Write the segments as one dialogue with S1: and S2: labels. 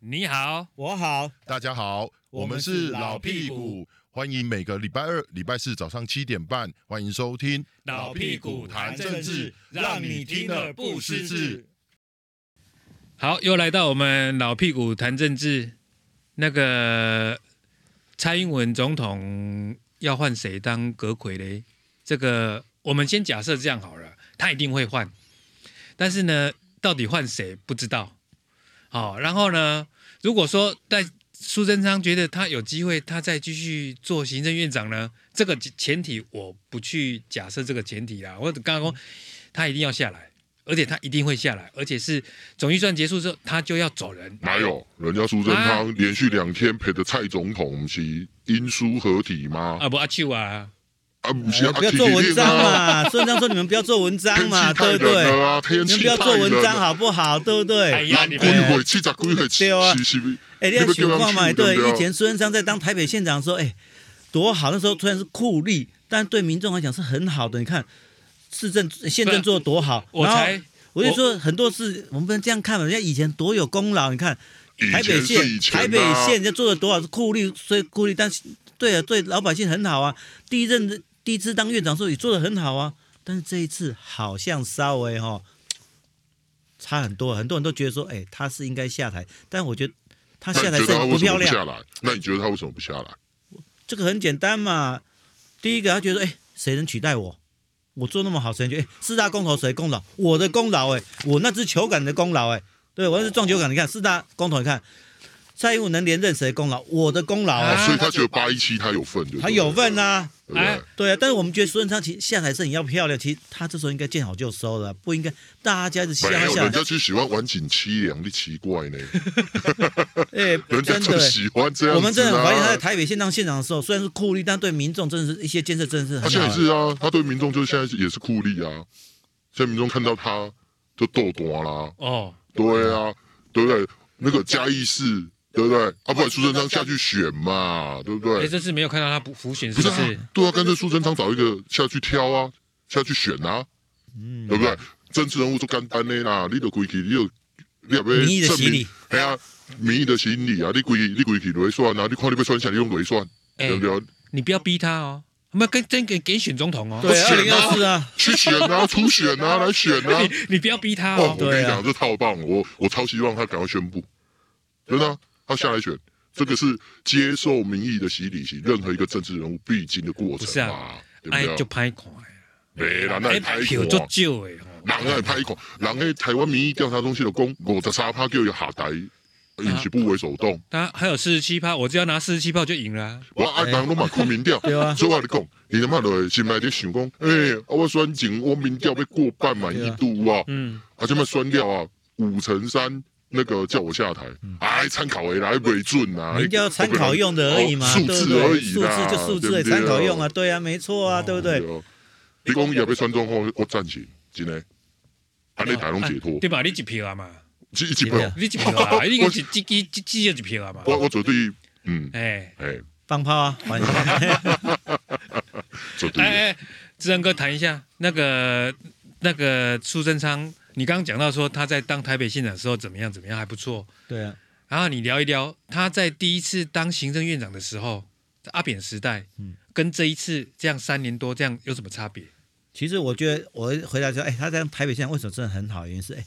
S1: 你好，
S2: 我好，
S3: 大家好，
S2: 我
S3: 我
S2: 们
S3: 们
S2: 是
S3: 是
S2: 老
S3: 老
S2: 屁
S3: 屁
S2: 股
S3: 股，欢迎每个礼拜二、礼拜四早上七点半，欢迎收听
S1: 老屁股谈政治，
S3: 让你听了不失智。
S1: 好，又来到我们老屁股谈政治。那个蔡英文总统要换谁当阁魁嘞？这个我们先假设这样好了，他一定会换，但是呢，到底换谁不知道。好、然后呢，如果说在苏贞昌觉得他有机会，他再继续做行政院长呢，这个前提我不去假设这个前提啦，我只刚刚说他一定要下来，而且他一定会下来，而且是总预算结束之后他就要走人。
S4: 哪有？人家苏贞
S2: 哎
S4: 昌连续两天陪着蔡总统，不是因苏合体吗？
S1: 啊不阿秋啊，
S4: 啊，不是
S2: 哎
S4: 啊，
S2: 不要做文章，嘛，孙章说你们不要做文章
S4: 天
S2: 嘛，
S4: 啊 气太
S2: 对不
S4: 冷
S2: 对？
S4: 了啊，天
S2: 你们
S4: 气
S2: 不要
S4: 太
S2: 做
S4: 冷
S2: 文章
S4: 了。
S2: 好不好？对不
S1: 哎
S2: 对？
S1: 呀
S4: 人
S1: 你
S4: 几
S1: 们
S4: 岁、七十几岁，
S2: 对啊
S4: 是是不是？
S2: 哎，你要
S4: 你们
S2: 情况嘛，
S4: 给他们
S2: 对
S4: 去对不，对
S2: 以前苏贞昌在当台北县长的时候，哎，多好，那时候虽然是酷吏，但对民众来讲是很好的。你看，市政县政做得多好，
S1: 我
S2: 然后
S1: 才
S2: 我就说很多事我们不能这样看嘛，人家以前多有功劳，你看
S4: 以
S2: 台北
S4: 前是
S2: 县
S4: 以前啊
S2: 台北县人家做了多少酷吏，所以酷吏，但是对啊，对老百姓很好啊。第一任第一次当院长的时候也做的很好啊，但是这一次好像稍微哈、哦、差很多，很多人都觉得说，哎，他是应该下台，但我觉得他
S4: 啊那
S2: 下台
S4: 你
S2: 是
S4: 觉得他
S2: 很
S4: 为
S2: 不
S4: 什
S2: 漂
S4: 么不下
S2: 亮，
S4: 来？那你觉得他为什么不下来？
S2: 这个很简单嘛。第一个他觉得，哎，谁能取代我？我做那么好，谁能取代？哎四大公投谁功劳？我的功劳，哎，我那只球杆的功劳，哎，对我那是撞球杆。你看四大公投，你看蔡英文能连任谁的功劳？我的功劳，
S1: 啊
S2: 哎，
S4: 所以他觉得八一七他有份，对不对
S2: 他有份啊。
S4: 对不对
S1: 哎
S2: 对啊，但是我们觉得苏贞昌其实下台是很要漂亮，其实他这时候应该见好就收了，不应该大家一直笑
S4: 没
S2: 他
S4: 有，
S2: 下
S4: 人
S2: 来
S4: 家。就喜欢晚景凄凉，你奇怪呢？
S2: 哎、
S4: 人家
S2: 真
S4: 就
S2: 的、
S4: 喜欢这样子啊。
S2: 我们真的很怀疑他在台北县当县长的时候，虽然是酷吏，但对民众真的是一些建设真的是
S4: 他
S2: 很
S4: 现在
S2: 好
S4: 也
S2: 的。
S4: 是啊，他对民众就是现在也是酷吏啊，现在民众看到他就斗多啦，
S1: 哦，
S4: 对啊，对不对？那个嘉义市，对不对？啊，不然苏贞昌下去选嘛，对不
S1: 哎、
S4: 对？
S1: 这次没有看到他不浮选是
S4: 不
S1: 不
S4: 是
S1: 是？
S4: 啊，对啊，干脆苏贞昌找一个下去挑啊，下去选啊，对不对？政治人物就干单的啦，你的规矩，你就你也
S2: 民意
S4: 要
S2: 的
S4: 证
S2: 洗
S4: 明
S2: 礼，，
S4: 哎呀，民意的洗礼啊，你规矩你规矩雷算啊，你看你被选起来，你用雷算，
S1: 哎、
S4: 对不对？
S1: 你不要逼他哦，我们跟真给给选总统哦，
S2: 对，二
S4: 选
S2: 零
S4: 啊
S2: 二四啊，
S4: 去选啊，初选啊，来选 啊，
S1: 你你不要逼他哦，，
S4: 哦我跟
S2: 对
S4: 你
S2: 啊
S4: 讲，这太棒了，我我超希望他赶快宣布，真的啊、他下来选，这个是接受民意的洗礼，是任何一个政治人物必经的过
S1: 不是啊
S4: 程嘛，对
S1: 哎、
S4: 不
S1: 就
S4: 对？
S1: 拍款，
S4: 没啦，那
S1: 哎
S4: 你拍一
S1: 票
S4: 口
S1: 足
S4: 啊，
S1: 少的哦，
S4: 人那拍一口，人诶台湾民意调查中心的公五十三趴叫伊下台，引起不为所动，
S1: 他还有四十七票，我只要拿四十七票就赢了啊、
S4: 我啊人拢嘛看民调，
S2: 哎对啊
S4: 所以我跟你讲，你他妈就是心内在想讲，诶，啊我选前我民调要过半满意度啊。
S1: 嗯，
S4: 啊，这么酸掉啊，五乘三那个叫我下台，哎，参考而已啦，还没准啊，
S2: 人家嗯要参考用的而已嘛，
S4: 哦
S2: 对
S4: 数
S2: 不
S4: 字而
S2: 对？
S4: 已
S2: 数字
S4: 啦，
S2: 就数字而已，
S4: 对不对
S2: 参考用啊，，对啊，没错啊，对不对？
S4: 哦。你讲也被酸中后，我赞成，真的，把你台拢解脱
S1: 啊，对吧？你一票啊嘛，
S4: 这一基本，
S1: 你一票 啊，你
S4: 我
S1: 一一一一一一票啊嘛，
S4: 我我绝对，嗯，
S1: 哎
S4: 哎，
S2: 放炮 啊， 还
S4: 绝对
S1: 哎
S4: 的，
S1: 哎，志恩哥谈一下那个那个苏贞昌，你刚刚讲到说他在当台北县长的时候怎么样怎么样还不错，
S2: 对啊，
S1: 然后你聊一聊他在第一次当行政院长的时候，在阿扁时代，
S2: 嗯
S1: 跟这一次这样三年多这样有什么差别？
S2: 其实我觉得我回答说，哎，他在台北县为什么真的很好？原因是哎，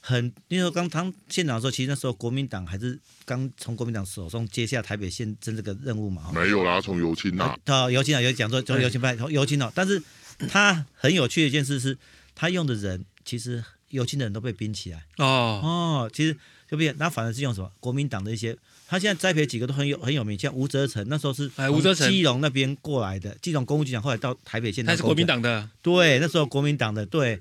S2: 很那时候刚当县长的时候，其实那时候国民党还是刚从国民党手中接下台北县政这个任务嘛。哦
S4: 没有哎啦，从尤青呐，
S2: 到尤金啊，有讲说从尤金派，从尤金哦，但是他很有趣的一件事是，他用的人其实尤金的人都被冰起来
S1: 哦，
S2: 哦，其实就变，他反而是用什么国民党的一些，他现在栽培几个都很有很有名，像吴泽成那时候是
S1: 哎吴泽成
S2: 从基隆那边过来的，基隆公务局长，后来到台北县
S1: 他
S2: 当
S1: 是
S2: 公务
S1: 国
S2: 局
S1: 民
S2: 长，
S1: 党的，
S2: 对，那时候国民党的对，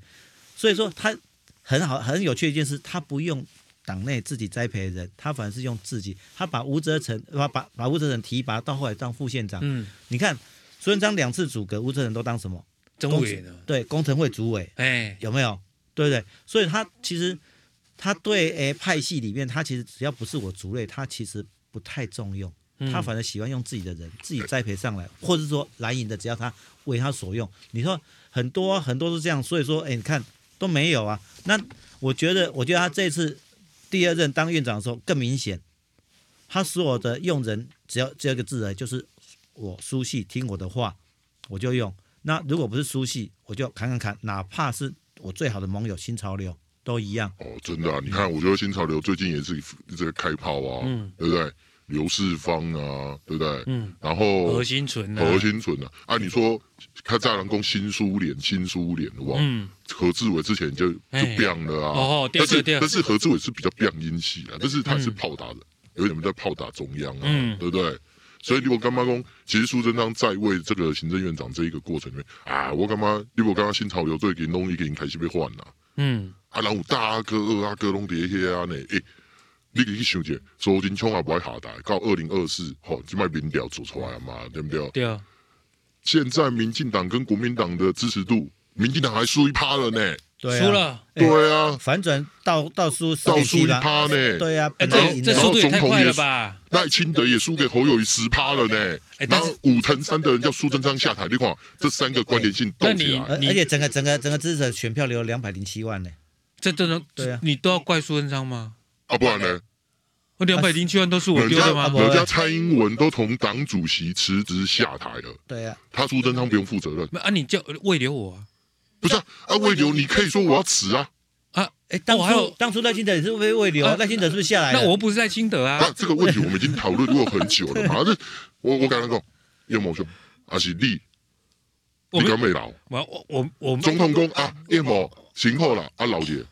S2: 所以说他很好很有趣的一件事，他不用党内自己栽培的人，他反而是用自己，他把吴泽成把把把吴泽成提拔到后来当副县长。
S1: 嗯，
S2: 你看苏贞昌两次组阁，吴哲仁都当什么？
S1: 中委的，
S2: 对，工程会主委
S1: 哎，
S2: 有没有？对不对？所以他其实他对诶派系里面，他其实只要不是我族类，他其实不太重用，
S1: 嗯
S2: 他反而喜欢用自己的人，自己栽培上来，或者说蓝营的，只要他为他所用。你说很多啊很多都这样，所以说诶，你看都没有啊。那我觉得，我觉得他这次第二任当院长的时候更明显，他所有的用人只要只有一个字而已，就是我苏系听我的话，我就用。那如果不是苏系，我就砍砍砍，哪怕是我最好的盟友新潮流都一样。
S4: 哦，真的啊！你看，我觉得新潮流最近也是这个开炮啊，对不对？刘世芳啊，对不对？
S1: 嗯，
S4: 然后
S1: 何心存啊，
S4: 何心存啊，啊，你说看战狼宫新苏联，新苏联哇，
S1: 嗯
S4: 何志伟之前就就
S1: 哎
S4: 变了啊，
S1: 哦对
S4: 但是
S1: 对对
S4: 但是何志伟是比较变音系啊，但是他也是炮打的，有点在炮打中央啊，
S1: 嗯
S4: 对不对？所以立国干妈公，其实苏贞昌在位这个行政院长这一个过程里面啊，我干妈立国干妈新潮流最给弄一个人开始被换了。
S1: 嗯，
S4: 啊，然后有大阿哥、二阿哥拢伫遐啊呢，诶、你去想者，苏金昌也不爱下台，到二零二四，吼，即摆民调做出来了嘛，对不对？
S1: 对啊，
S4: 现在民进党跟国民党的支持度，民进党还输一趴了呢，
S2: 对、啊，
S1: 输了，
S2: 哎
S4: 对啊，
S2: 反转倒倒输
S4: 倒输一
S2: 吧，
S4: 趴呢。
S2: 对啊，
S1: 哎，
S2: 本来
S1: 这
S2: 赢
S1: 这
S2: 的
S1: 速度也
S4: 然
S1: 太
S4: 后总统
S1: 快
S4: 也
S1: 了
S4: 是
S1: 吧？
S4: 赖清德也输给侯友谊十趴了呢，
S1: 哎
S4: 然
S1: 但是
S4: 后五乘三的人叫苏贞昌下台，你看这三个关联性斗
S1: 那
S4: 起
S1: 你
S4: 来，
S2: 而而且整个整个整个支持者选票留两百零七万呢，
S1: 这都能
S2: 对啊，
S1: 你都要怪苏文昌吗？
S4: 啊，不然呢？
S1: 我两百零七万都是我
S4: 人
S1: 丢
S4: 家
S1: 的吗？
S2: 不会
S4: 人家蔡英文都从党主席辞职下台了，
S2: 对啊，
S4: 他苏贞昌不用负责任。
S1: 没啊，你叫喂留我啊？
S4: 不是啊，啊魏留你可以说我要辞啊，
S1: 啊，
S2: 哎，当
S1: 我还
S2: 初
S1: 有
S2: 当初赖清德也是被未留
S1: 啊
S2: 啊，赖清德是不是下来了？
S1: 那我又不是在清德
S4: 啊
S1: 啊，
S4: 这个问题我们已经讨论过很久了嘛。这我我刚刚讲，叶某兄，啊是你，
S1: 我
S4: 你
S1: 们
S4: 敢没老？
S1: 我我我我们
S4: 总统讲啊，叶某行后了，啊老姐，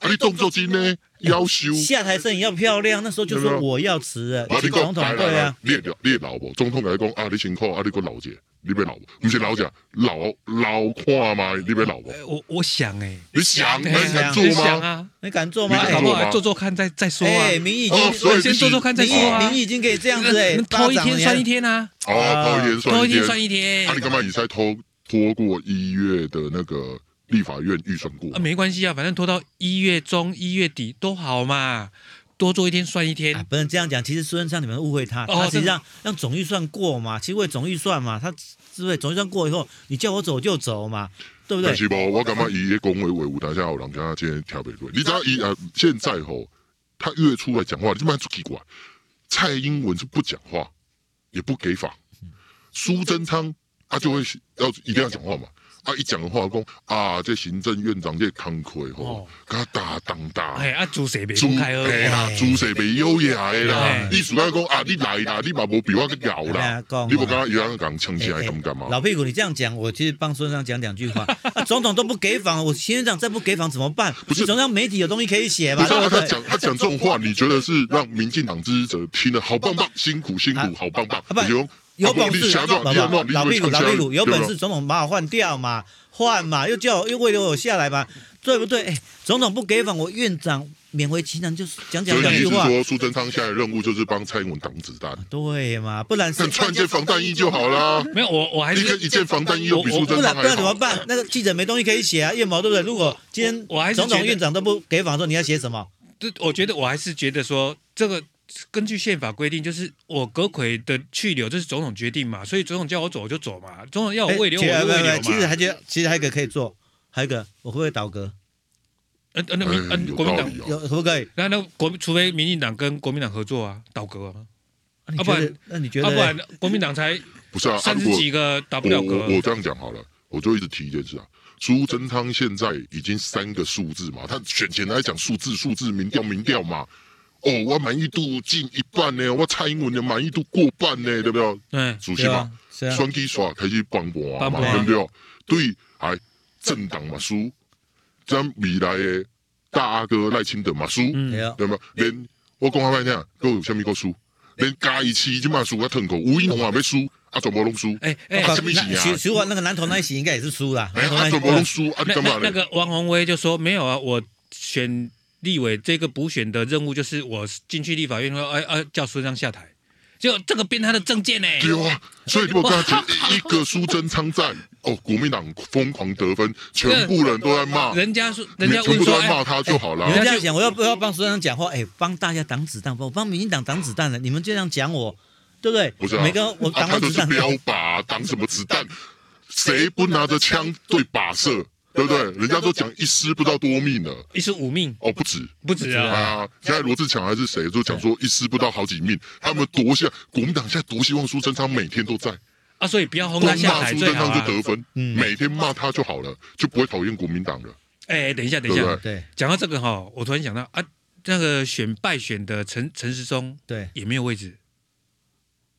S4: 啊你动作真呢，要修，
S2: 下台摄影要漂亮，那时候就
S4: 有没
S2: 说
S4: 有
S2: 我要辞了，
S4: 啊
S2: 请
S4: 你
S2: 啊总
S4: 讲
S2: 统
S4: 来来
S2: 对
S4: 来
S2: 啊，，
S4: 你你你老无？总统来讲啊，你辛苦啊，你个老姐，你别老无，不是老姐，老老看嘛，你别老无，
S1: 哎我我想哎，
S4: 你想
S1: 哎
S4: 你
S1: 呀
S4: 敢做
S1: 你想
S4: 吗？
S1: 啊，
S2: 你敢做吗？
S4: 你
S1: 啊
S4: 敢
S1: 搞不好
S2: 哎
S4: 做吗
S1: 还做做看再再说啊
S2: 哎，。民意已
S4: 哦
S2: 经
S4: 所以
S1: 先
S4: 你
S1: 做做看再
S2: 民
S1: 说
S2: 意
S1: 啊。
S2: 民意已经可以这样子哎
S1: 那，
S2: 巴
S1: 偷一
S2: 掌
S1: 天
S2: 你
S1: 算
S2: 还
S1: 一，天啊，
S4: 哦，偷一
S1: 偷
S4: 天算
S1: 一
S4: 一
S1: 天
S4: 天，
S1: 算一天
S4: 啊，你干嘛？你在偷拖过一月的那个立法院预算过
S1: 啊，？没关系啊，反正拖到一月中、一月底都好嘛，多做一天算一天
S2: 啊。不能这样讲。其实苏贞昌你们误会他，
S1: 哦
S2: 他实际上让总预算过嘛，其实为总预算嘛，他是不是总预算过以后，你叫我走就走嘛，对不对
S4: 但？是无，我感觉伊的讲话维护台下有人跟他今天调不对。你知道伊啊，现在吼，他越出来讲话，你他妈出奇怪。蔡英文是不讲话，也不给法。苏贞昌他就会要一定要讲话嘛。啊，一讲的话讲啊，这行政院长这康奎
S1: 哦
S4: 吼，跟他打当哎打。
S1: 哎啊，主谁别
S4: 主
S1: 公开哦。
S4: 嘿
S2: 哎
S4: 啦，主势袂优雅的啦
S1: 哎。
S4: 意思讲讲啊，你来啦，你嘛无比我去咬啦
S2: 哎讲，
S4: 你无感觉伊人讲呛起来感觉
S2: 哎
S4: 嘛
S2: 哎？老屁股，你这样讲，我其实帮孙上讲两 句话。啊、总统都不给访，我行政长再不给访怎么办？不
S4: 是
S2: 总让媒体有东西可以写
S4: 不
S2: 吧？
S4: 是
S2: 对
S4: 啊
S2: 不
S4: 他
S2: 对？
S4: 讲他讲这种话，你觉得是让民进党支持者听了好棒棒，辛苦辛
S2: 啊
S4: 苦，好棒棒。
S2: 不
S4: 我觉得
S2: 有
S4: 啊不
S2: 本
S4: 你
S2: 事
S4: 想
S2: 老
S4: 想你有没有
S2: 老
S4: 你有
S2: 老
S4: 没
S2: 屁
S4: 有
S2: 股老
S4: 呛起来
S2: 屁股，有本
S4: 没
S2: 事总统把我换掉嘛，换嘛，又叫我又为了我下来嘛，对不对？哎，总统不给访，我院长勉为其难，就是讲讲
S4: 所
S2: 两
S4: 以你
S2: 句
S4: 是
S2: 话，
S4: 说苏贞昌现在的任务就是帮蔡英文挡子弹，
S2: 对嘛？不然是
S4: 但穿件防弹衣就好啦。
S1: 没有我我还
S4: 一个
S1: 是
S4: 一件防弹衣又比苏
S2: 不
S4: 贞
S2: 然不
S4: 昌还
S2: 然怎么
S4: 好。
S2: 办？那个记者没东西可以写啊，叶某对不对？如果今天
S1: 我我还是
S2: 总
S1: 觉
S2: 统
S1: 得
S2: 院长都不给访，说你要写什么？
S1: 这我觉得我还是觉得说这个。根据宪法规定，就是我阁魁的去留，这是总统决定嘛，所以总统叫我走我就走嘛，总统要哦我
S2: 哎
S1: 未留我
S2: 其实
S1: 就未
S2: 不
S1: 留
S2: 不不其实
S1: 嘛。
S2: 还觉得，其实还有一个可以做，还有一个我会不会倒戈？
S1: 呃呃，那民
S4: 哎
S1: 呃
S4: 有
S1: 国民
S4: 道
S1: 党，
S4: 理哦。
S2: 有可不可以？
S1: 那那国除非民进党跟国民党合作啊，倒戈啊，
S2: 啊你
S1: 啊
S2: 觉
S1: 不然
S2: 得？那你觉
S1: 要、不
S2: 得
S1: 然
S2: 嘞？
S1: 国民党才
S4: 不是啊，啊
S1: 三
S4: 如
S1: 十
S4: 果
S1: 几个打不
S4: 我
S1: 了啊
S4: 我
S1: 嗝
S4: 我。这样讲好了，我就一直提一件事啊。苏贞昌现在已经三个数字嘛，他选前来讲数字数字民调民调嘛，哦，我满意度近一半呢，我蔡英文的满意度过半呢，对不对？
S1: 对，
S4: 主席
S2: 对
S4: 嘛
S2: 啊，，是啊，
S4: 选举耍开始帮博
S1: 放
S4: 嘛，
S1: 盘
S4: 对不对？对，哎，政党嘛输，咱未来的大阿哥赖清德嘛输，
S2: 对啊，
S4: 对吗？连我讲话歹听，都有啥物个输？连嘉义市即嘛输啊，腾口吴英红也要输，啊，全部拢输。
S1: 哎哎
S4: 啊，什么
S2: 哦那
S4: 钱
S2: 徐
S4: 啊？
S2: 徐婉那个南投那一席应该也是输啦，
S4: 哎，
S2: 南投那
S4: 啊，
S2: 一
S4: 全部拢
S2: 席
S4: 输，啊，你
S1: 那
S4: 干
S1: 那
S4: 嘛
S1: 那
S4: 呢？
S1: 个王宏威就说没有啊，我选立委这个补选的任务就是我进去立法院说，哎哎，叫苏章下台，就这个变他的证件呢、
S4: 对啊，所以如果跟他讲一个苏贞昌在，哦，国民党疯狂得分，全部人都在骂，
S1: 人家说，人家
S4: 啊全
S1: 问
S4: 部
S1: 说，
S4: 都在
S1: 哎，
S4: 骂他就好了
S2: 你。
S1: 人
S2: 要
S1: 家
S2: 这
S1: 就
S2: 样讲，我要不要帮苏贞昌讲话？哎，帮大家挡子弹，我帮民进党挡子弹了，你们就这样讲我，对不对？
S4: 不是啊，
S2: 每个人我
S4: 啊
S2: 挡
S4: 他
S2: 我
S4: 就
S2: 子
S4: 是
S2: 弹，
S4: 标靶，挡什么子弹？谁不拿着枪对靶射？对不对？人家都讲一失不知道多命了，
S1: 一生五命
S4: 哦，不止。
S1: 不止
S4: 哎
S1: 啊，哎
S4: 呀，现在罗志强还是谁，就讲说一失不到好几命。他们多希国民党现在多希望苏贞昌每天都在，
S1: 啊，所以不要轰
S4: 光
S1: 他下
S4: 骂
S1: 台
S4: 苏
S1: 最
S4: 贞
S1: 好
S4: 昌
S1: 啊
S4: 就。得分，每天骂他就好了，就不会讨厌国民党了。
S1: 哎，等一下，等一
S4: 对不
S1: 下
S4: 对，
S2: 对
S1: 讲到这个哈，我突然想到啊，那个选败选的陈陈时中
S2: 对，
S1: 也没有位置，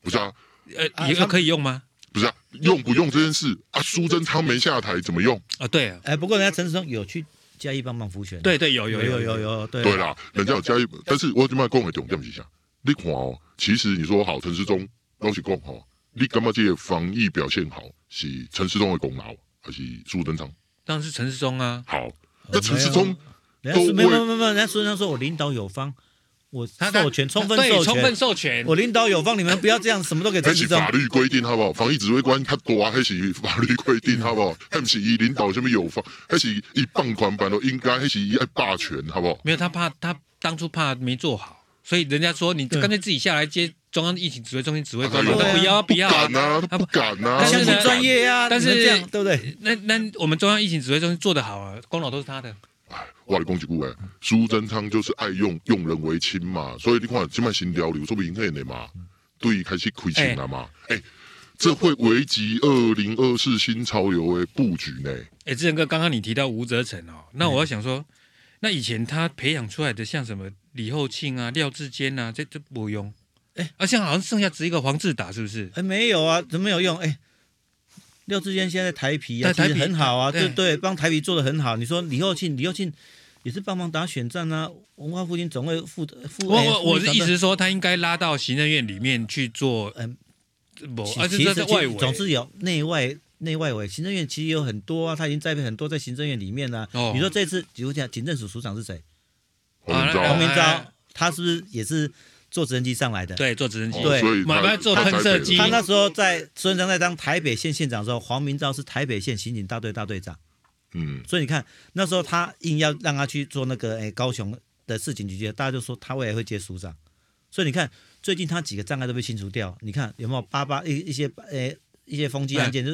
S4: 不是啊，
S1: 呃，
S2: 啊
S1: 也
S2: 他们
S1: 可以用吗？
S4: 不是啊，用不用这件事啊，苏贞昌没下台怎么用？
S1: 啊，对啊，
S2: 哎，不过人家陈世忠有去嘉义帮忙辅选，
S1: 对对，有有
S2: 哦有
S1: 有
S2: 有有，有，
S1: 啊
S2: 对啊
S4: 对啦，人家有加一，但是我今麦讲的重点是啥？你看哦，其实你说好陈世忠，老实讲哦，你感觉这个防疫表现好是陈世忠的功劳，还是苏贞昌
S1: 当然是陈时中啊，
S4: 好？那陈世忠
S2: 人家说
S4: 都
S2: 没有没
S4: 为
S2: 有没有没有，人家苏贞昌说我领导有方，我
S1: 他他
S2: 授权充分
S1: 对
S2: 授
S1: 充分
S2: 权，
S1: 授权，
S2: 我领导有方，你们不要这样，什么都给
S4: 那
S2: 陈
S4: 是
S2: 世忠
S4: 法。律规定好不好？防疫指挥官他多啊，那是法律规定好不好？那不是以领导什么有方，那是以棒款版都应该，那是以爱霸权好不好？
S1: 没有，他怕他当初怕没做好，所以人家说你
S2: 对
S1: 干脆自己下来接中央疫情指挥中心指挥官嘛，
S4: 啊
S1: 那不要不要啊
S4: 敢！啊，他不敢啊，
S1: 但
S2: 相
S1: 是呢
S2: 信专业呀，
S1: 但是
S2: 你们这样对不对？
S1: 那那我们中央疫情指挥中心做得好啊，功劳都是他的。
S4: 哎，我来讲一句话，苏贞昌就是爱用用人为亲嘛，所以你看，即摆新潮流做明显的嘛，对开始亏钱了嘛，哎、这会危及二零二四新潮流的布局呢。
S1: 哎，志仁哥，刚刚你提到吴泽成哦，那我要想说，那以前他培养出来的像什么李厚庆啊、廖志坚啊，这这不用。哎
S2: 哎，
S1: 而且好像剩下只一个黄志达，是不是？
S2: 哎，没有啊，怎么有用？哎，廖志坚现在台皮
S1: 在
S2: 啊，
S1: 台
S2: 其实
S1: 啤
S2: 很好啊，
S1: 对
S2: 对对，帮台皮做的很好。你说李厚庆，李厚庆也是帮忙打选战啊，文化复兴总会副副。
S1: 我
S2: 哎
S1: 我我
S2: 副
S1: 是
S2: 长
S1: 意思说，他应该拉到行政院里面去做，呃
S2: 嗯
S1: 不，
S2: 其
S1: 而
S2: 其
S1: 且这
S2: 实
S1: 啊在
S2: 其实
S1: 外围，
S2: 总是有内外内外围。行政院其实有很多啊，他已经栽培很多在行政院里面啦、
S1: 哦
S2: 你说这次，比如讲警政署署长是谁？
S4: 黄明
S1: 啊
S2: 黄
S4: 昭
S2: 明
S1: 哎
S2: 昭，他是不是也是坐直升机上来的？
S1: 对做直升机，
S4: 哦所以
S1: 买卖
S4: 他
S1: 做
S4: 他
S1: 喷
S4: 台
S1: 射
S4: 北
S1: 机
S2: 他那时候在孙中山在当台北县县长的时候，黄明昭是台北县刑警大队大队长，
S4: 嗯，
S2: 所以你看那时候他硬要让他去做那个诶高雄的市警局局，大家就说他未来会接署长，所以你看最近他几个障碍都被清除掉，你看有没有八八一一些诶一些风机案件就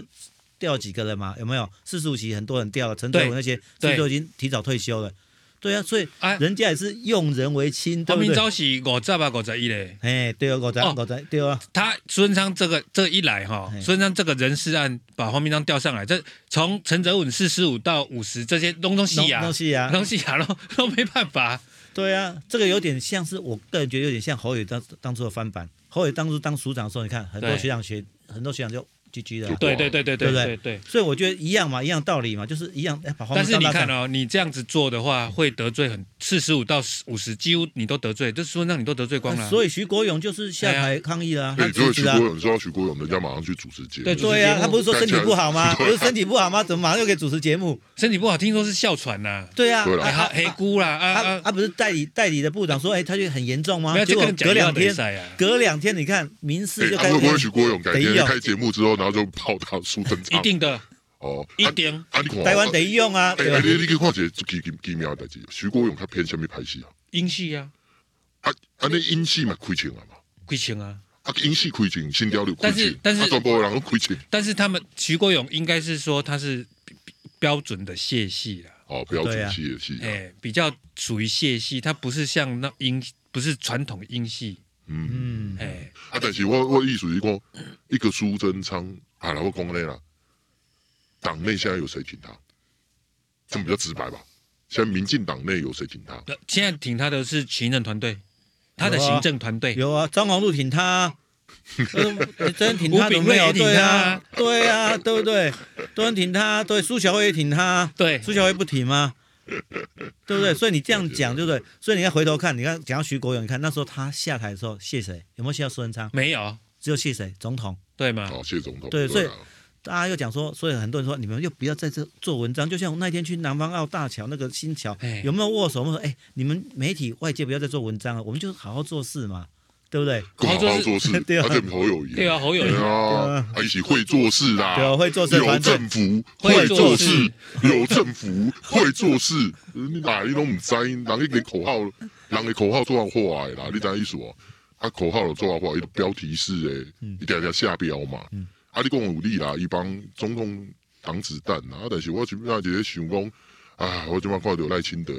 S2: 掉几个人嘛，有没有四十五期很多人掉了，陈
S1: 对
S2: 德文那些
S1: 对
S2: 这都已经提早退休了，对啊，所以
S1: 哎
S2: 人家也是用人为亲，对
S1: 黄
S2: 不
S1: 明
S2: 对？
S1: 昭是五十吧，五十一嘞。
S2: 哎，对啊，我在
S1: 哦
S2: 我在对啊，
S1: 他孙文昌这个这一来哈，
S2: 嘿
S1: 孙文昌这个人事案把黄明章调上来，这从陈泽稳四十五到五十这些东东西
S2: 弄
S1: 啊
S2: 弄，戏啊，
S1: 东西啊都都没办法。
S2: 对啊，这个有点像是我个人觉得有点像侯友宜当当初的翻版。侯友宜当初当署长的时候，你看很多
S1: 对
S2: 学长学很多学长就 GG 了
S4: 就
S2: 啊，
S1: 对对对对
S2: 对不对
S1: 对对。
S2: 所以我觉得一样嘛，一样道理嘛，就是一样。哎把黄
S1: 但
S2: 明
S1: 是
S2: 章
S1: 你
S2: 拉
S1: 看
S2: 上来，
S1: 哦，你这样子做的话，会得罪很四十五到五十，几乎你都得罪，这孙文昌你都得罪光了。啊
S2: 所以徐国勇就是下
S1: 哎
S2: 台抗议了啊，
S4: 那
S2: 他
S4: 你说
S2: 辞
S4: 许
S2: 职
S4: 国
S2: 啊。
S4: 勇，你知道许国勇，人家马上去主持节目，
S1: 对
S2: 对啊，他不是说身体不好吗？不
S4: 对啊
S2: 是身体不好吗？怎么马上又可以主持节目？
S1: 身体不好，听说是哮喘呐，
S2: 对啊，
S4: 对啦
S2: 啊
S1: 哎
S2: 啊
S1: 哈黑姑啦啊
S2: 他
S1: 啊，
S2: 他不是代理代理的部长说，哎，他就很严重吗
S1: 没有？
S2: 结
S1: 这
S2: 果
S1: 个
S2: 隔两天，
S1: 赛啊，
S2: 隔两天你看民
S4: 哎
S2: 事就
S4: 啊
S2: 开始啊
S4: 会不会
S2: 变
S4: 许国勇改
S2: 等
S4: 天
S2: 一下
S4: 开节目之后，然后就泡到苏贞
S1: 一
S4: 昌？
S1: 定的，
S4: 哦，
S1: 一
S4: 啊
S1: 定。
S4: 啊，你看哦
S2: 台湾得用啊，
S4: 哎
S2: 对
S4: 哎，
S2: 吧？
S4: 你你去看一个奇奇奇妙的代志，许国勇他偏向咩拍戏啊？
S1: 英系啊，
S4: 啊啊，那英系嘛亏钱啊嘛。
S1: 贵情啊。
S4: 啊，英系亏钱，新潮流亏
S1: 但是
S4: 钱，
S1: 但是
S4: 啊，全部的人都亏钱。
S1: 但是他们徐国勇应该是说他是标准的蟹系啦，
S4: 哦，标
S2: 对
S4: 准
S2: 啊
S4: 系的系
S1: 哎、，比较属于蟹系，他不是像那英，不是传统英系，
S4: 嗯，
S2: 嗯，
S1: 哎、
S4: 啊，但是我我意思是讲，一个苏贞昌啊，然后讲那啦，党内现在有谁挺他？这么比较直白吧？现在民进党内有谁挺他？
S1: 那现在挺他的是行政团队，他的行政团队，
S2: 有啊，张宏禄挺 他、啊，呃真挺他
S1: 吴炳
S2: 有
S1: 瑞
S2: 没
S1: 也
S2: 有？
S1: 挺
S2: 对
S1: 他
S2: 啊
S1: 啊，
S2: 对啊，对不对？都能挺他，对，苏小慧也挺他啊，
S1: 对
S2: 苏小慧不挺吗？对不对？所以你这样讲，对不对？所以你要回头看，你看讲到徐国勇，你看那时候他下台的时候谢谁？有没有谢到苏文昌？
S1: 没有
S2: 只有谢谁？总统。
S1: 对吗？
S4: 哦，谢总统。
S2: 对所以
S4: 啊
S2: 大家又讲说，所以很多人说你们又不要在这做文章。就像我那天去南方澳大桥那个新桥
S1: 哎，
S2: 有没有握手？我们说，哎，你们媒体外界不要再做文章了，我们就好好做事嘛，对不对？
S4: 更好好做事，
S2: 对啊
S4: 而且侯友谊，
S1: 对啊，，侯友
S4: 对
S1: 谊
S4: 啊，啊，一起会做事啦，
S2: 对啊，会做事，
S4: 有
S2: 团队。
S4: 政府
S1: 会
S4: 会
S1: 做
S4: 做
S1: 事
S4: 事，有政府会做事。你哪你都唔知，人家个口号，人的口号做话的啦，你知道意思哦？啊，口号有做话，伊
S2: 嗯
S4: 标题式诶，一点点下标嘛。啊，你讲有理啦，伊帮总统挡子弹啊，啊但是我即摆就咧想讲，啊，我即摆看到赖清德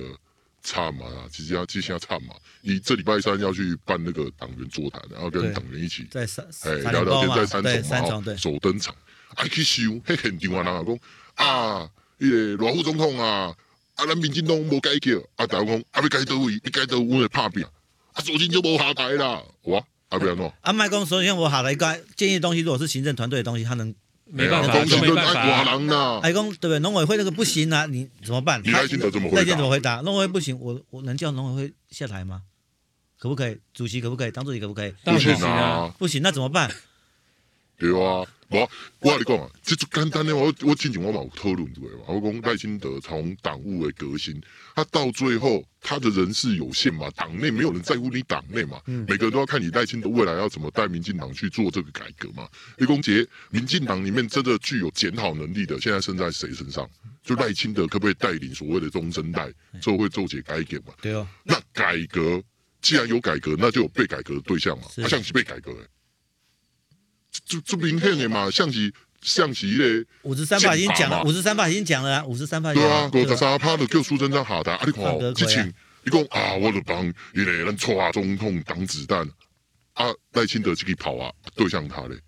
S4: 惨啊，直接直下惨嘛，你这礼拜三要去办那个党员座谈，然后跟
S2: 对
S4: 党员一起
S2: 在三
S4: 哎
S2: 三联
S4: 聊聊
S2: 沟
S4: 天，
S2: 嘛，
S4: 在三
S2: 对
S4: 重
S2: 三
S4: 嘛
S2: 重
S4: 吼
S2: 对，
S4: 首登场，啊去想，迄现场啊，人讲啊，迄个偌副总统啊，啊咱民进党无改革，啊大家讲啊要改倒位，要改倒阮会拍拼，啊左进就无下台啦，哇，啊要安怎？
S2: 啊，麦公所以像我好来个建议的东西，如果是行政团队的东西，他能
S1: 没办法，
S4: 恭喜
S1: 都没
S4: 跟
S1: 办
S4: 爱
S1: 法
S4: 寡。人呐，
S2: 啊哎公对不对？农委会那个不行啊，你怎么办？
S4: 啊你
S2: 他
S4: 赖清德怎么回答
S2: 赖清德怎么回答？农委会不行，我我能叫农委会下台吗？可不可以？主席可不可以？党主席可不可以？
S1: 当然
S4: 不行
S1: 不行啊
S4: 啊，
S2: 不行，那怎么办？
S4: 对啊，无我跟你讲啊，这就简单的，我我之前我嘛有讨论过嘛，我讲赖清德从党务的革新，他到最后他的人事有限嘛，党内没有人在乎你党内嘛，每个人都要看你赖清德未来要怎么带民进党去做这个改革嘛。李公杰，民进党里面真的具有检讨能力的，现在剩在谁身上？就赖清德可不可以带领所谓的中生代做会做解改革嘛？
S2: 对哦，
S4: 那改革既然有改革，那就有被改革的对象嘛。
S2: 是
S4: 啊，象棋被改革、欸，这这明显的嘛，象棋象棋嘞，
S2: 五十三法已经讲
S4: 宪法
S2: 了，
S4: 嘛
S2: 五十三法已经讲了啊，五十三法已经
S4: 对
S2: 讲
S4: 啊
S2: 了，
S4: 五
S2: 对
S4: 十
S2: 啊
S4: 三趴的叫苏贞昌下台，啊，你看
S2: 唱歌
S4: 哦，
S2: 可以
S4: 之
S2: 啊
S4: 前你讲啊，我就帮迄个咱错啊总统挡子弹，啊，赖清德这个跑啊，对象他嘞，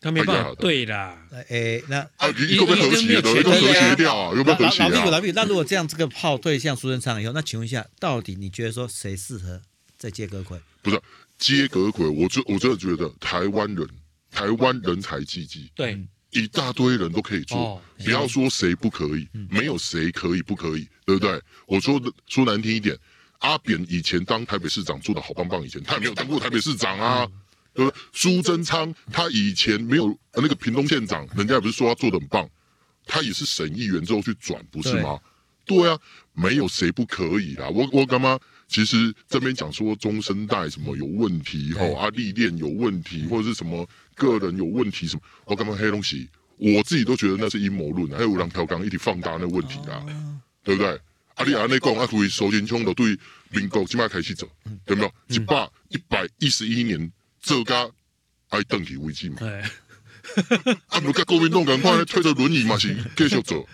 S1: 他没办
S4: 哎
S1: 法
S4: 呀，
S1: 对啦，
S2: 哎，那
S4: 啊，你你可不可以和谐的？你
S1: 已经没有钱了
S4: 可不可以和
S1: 呀
S4: 谐掉啊？有没
S2: 老
S4: 有和
S2: 老
S4: 谐
S2: 老屁股，
S4: 啊？
S2: 老屁股。那如果这样，这个炮对向苏贞昌以后，那请问一下，到底你觉得说谁适合再接葛魁？
S4: 不是接阁魁，我真我真的觉得台湾人，台湾人才济济。
S1: 对，
S4: 一大堆人都可以做，
S1: 哦
S4: 不要说谁不可以，没有谁可以不可以，对不对？我说的说难听一点，阿扁以前当台北市长做的好棒棒，以前他也没有当过台北市长啊。对不对？苏贞昌他以前没有呃那个屏东县长，人家也不是说他做的很棒，他也是省议员之后去转，不是吗？对啊，没有谁不可以啦。我我干嘛？其实这边讲说中生代什么有问题吼啊，历练有问题，或者是什么个人有问题什么，我干嘛黑东西？我自己都觉得那是阴谋论啊，还有人调岗一直放大那问题啊，对不对？啊，你安尼讲啊，对首先冲的对民国即摆开始做，对没有？一百一百一十一年做甲爱邓去为止嘛。
S1: 哎，
S4: 啊，不甲国民党赶快推着轮椅嘛是继续做，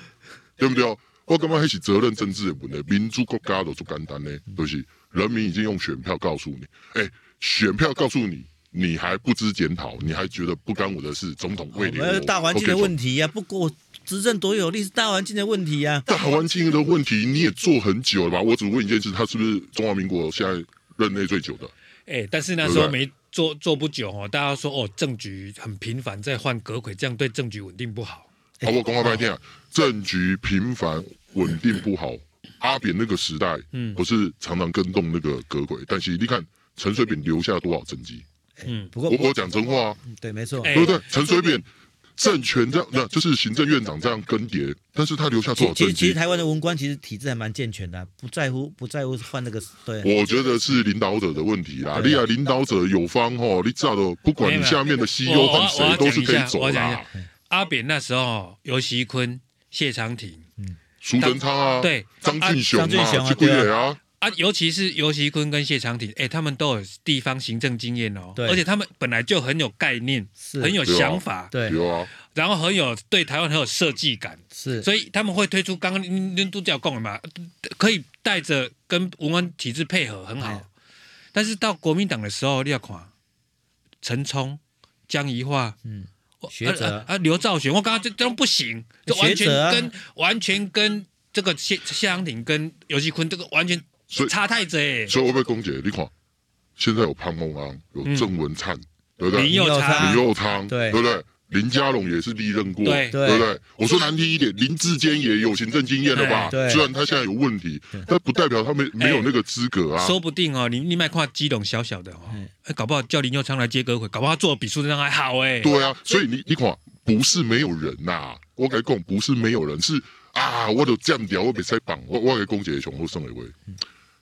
S4: 对不对？我感觉迄是责任政治的问题，民主国家都足简单呢，就是人民已经用选票告诉你，哎、选票告诉你，你还不知检讨，你还觉得不干我的事，总统
S2: 我
S4: 为你
S2: 们大环境的
S4: 题，
S2: 问题呀、啊，不过执政多有利是大环境的问题啊呀、
S4: 大环境的问题你也做很久了吧？我只问一件事，他是不是中华民国现在任内最久的？
S1: 哎，但是那时候没做做不久哦，大家说哦，政局很频繁在换阁魁，这样对政局稳定不好。
S4: 好，我讲话半天啊，政局频繁稳定不好，阿扁那个时代，嗯，不是常常跟动那个阁鬼，但是你看陈水扁留下多少政绩？
S2: 啊。不过
S4: 我我讲真话啊，
S2: 嗯对，没错，
S1: 嗯哎
S4: 对不对？陈水扁政权这样，那就是行政院长这样更迭，但是他留下多
S2: 其
S4: 少
S2: 其
S4: 政
S2: 实其实
S4: 绩？
S2: 台湾的文官其实体制还蛮健全的啊、不在乎不在乎换那个对。啊
S4: 我觉得是领导者的问题啦，
S2: 对
S4: 你
S2: 啊
S4: 啊，领导者有方吼，你知道的，不管你下面的
S1: 我
S4: CEO
S1: 我
S4: 换
S1: 哦我
S4: 谁
S1: 要，
S4: 都
S1: 讲
S4: 是
S1: 一
S4: 可以
S1: 下，
S4: 走
S1: 我讲一
S4: 啦
S1: 下。，阿扁那时候哦尤熙坤、谢长廷
S4: 苏贞昌啊，
S1: 对
S4: 张
S1: 啊
S4: 俊雄
S2: 张俊雄
S4: 啊，
S2: 啊
S4: 去归
S2: 对
S4: 垒啊，
S1: 啊，尤其是尤熙坤跟谢长廷，哎，他们都有地方行政经验哦，
S2: 对
S1: 而且他们本来就很有概念，
S2: 是
S1: 很有
S4: 对啊
S1: 想法，
S2: 对
S4: 有啊，
S1: 然后很有对台湾很有设计感，
S2: 是
S1: 所以他们会推出刚刚您您都讲了嘛，可以带着跟文安体制配合很好
S2: 哎。
S1: 但是到国民党的时候，你要看陈冲、江宜桦，
S2: 嗯
S1: 我，
S2: 学者
S1: 啊啊啊刘兆玄，我刚刚这这都不行，这完全
S2: 学者啊
S1: 跟、完全跟这个谢谢长廷跟尤熙坤这个完全
S4: 所以
S1: 差太多欸。
S4: 所以我被公姐，你看，现在有潘孟安，有郑文灿，对不对？
S1: 林
S4: 林
S1: 佑
S2: 昌
S1: 昌，
S4: 佑昌，
S2: 对
S4: 不对？林佳龙也是历任过，
S1: 对
S4: 不对？我说难听一点，林志坚也有行政经验了吧？
S2: 对对
S4: 虽然他现在有问题，但不代表他们没有那个资格啊。
S1: 说不定哦，你你卖看基隆小小的哦，哎搞不好叫林佑昌来接歌会，搞不好他做的比苏贞昌还好哎。
S4: 对啊，所以你你看，不是没有人呐、我跟你讲，不是没有人，是啊，我都占掉，我没在绑，我我给公姐熊，我送给位。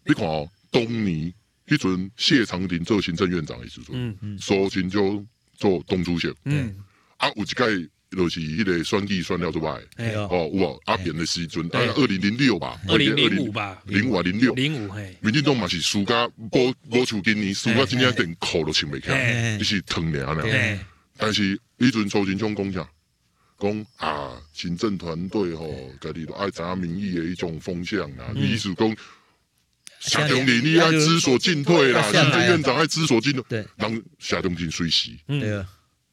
S4: 你看哦，东尼一准谢长廷做行政院长的时阵，
S1: 嗯
S4: 苏秦就做东主席，
S1: 嗯，
S4: 啊，有一届就是迄个选举选了出来，
S1: 哎
S2: 呦
S4: 哦，有啊，阿扁的时阵，大
S1: 对
S4: 概二零零六吧，
S1: 二零零五，吧，
S4: 零五啊零六，
S1: 零五嘿，
S4: 民进党嘛是输甲无无像今年输甲今年连裤都穿袂起
S1: 嘿
S4: 来，
S2: 嘿
S4: 你是疼俩啊
S1: 嘿
S4: 俩。但是迄阵苏金昌讲啥？讲啊，行政团队吼，
S1: 嗯
S4: 家己都爱知影民意的一种风向啦。你意思讲，夏中林你爱知所进退啦，
S2: 啊
S4: 行政院长爱知所进退。
S2: 对
S4: 人夏中林随时
S1: 嗯
S2: 对啊，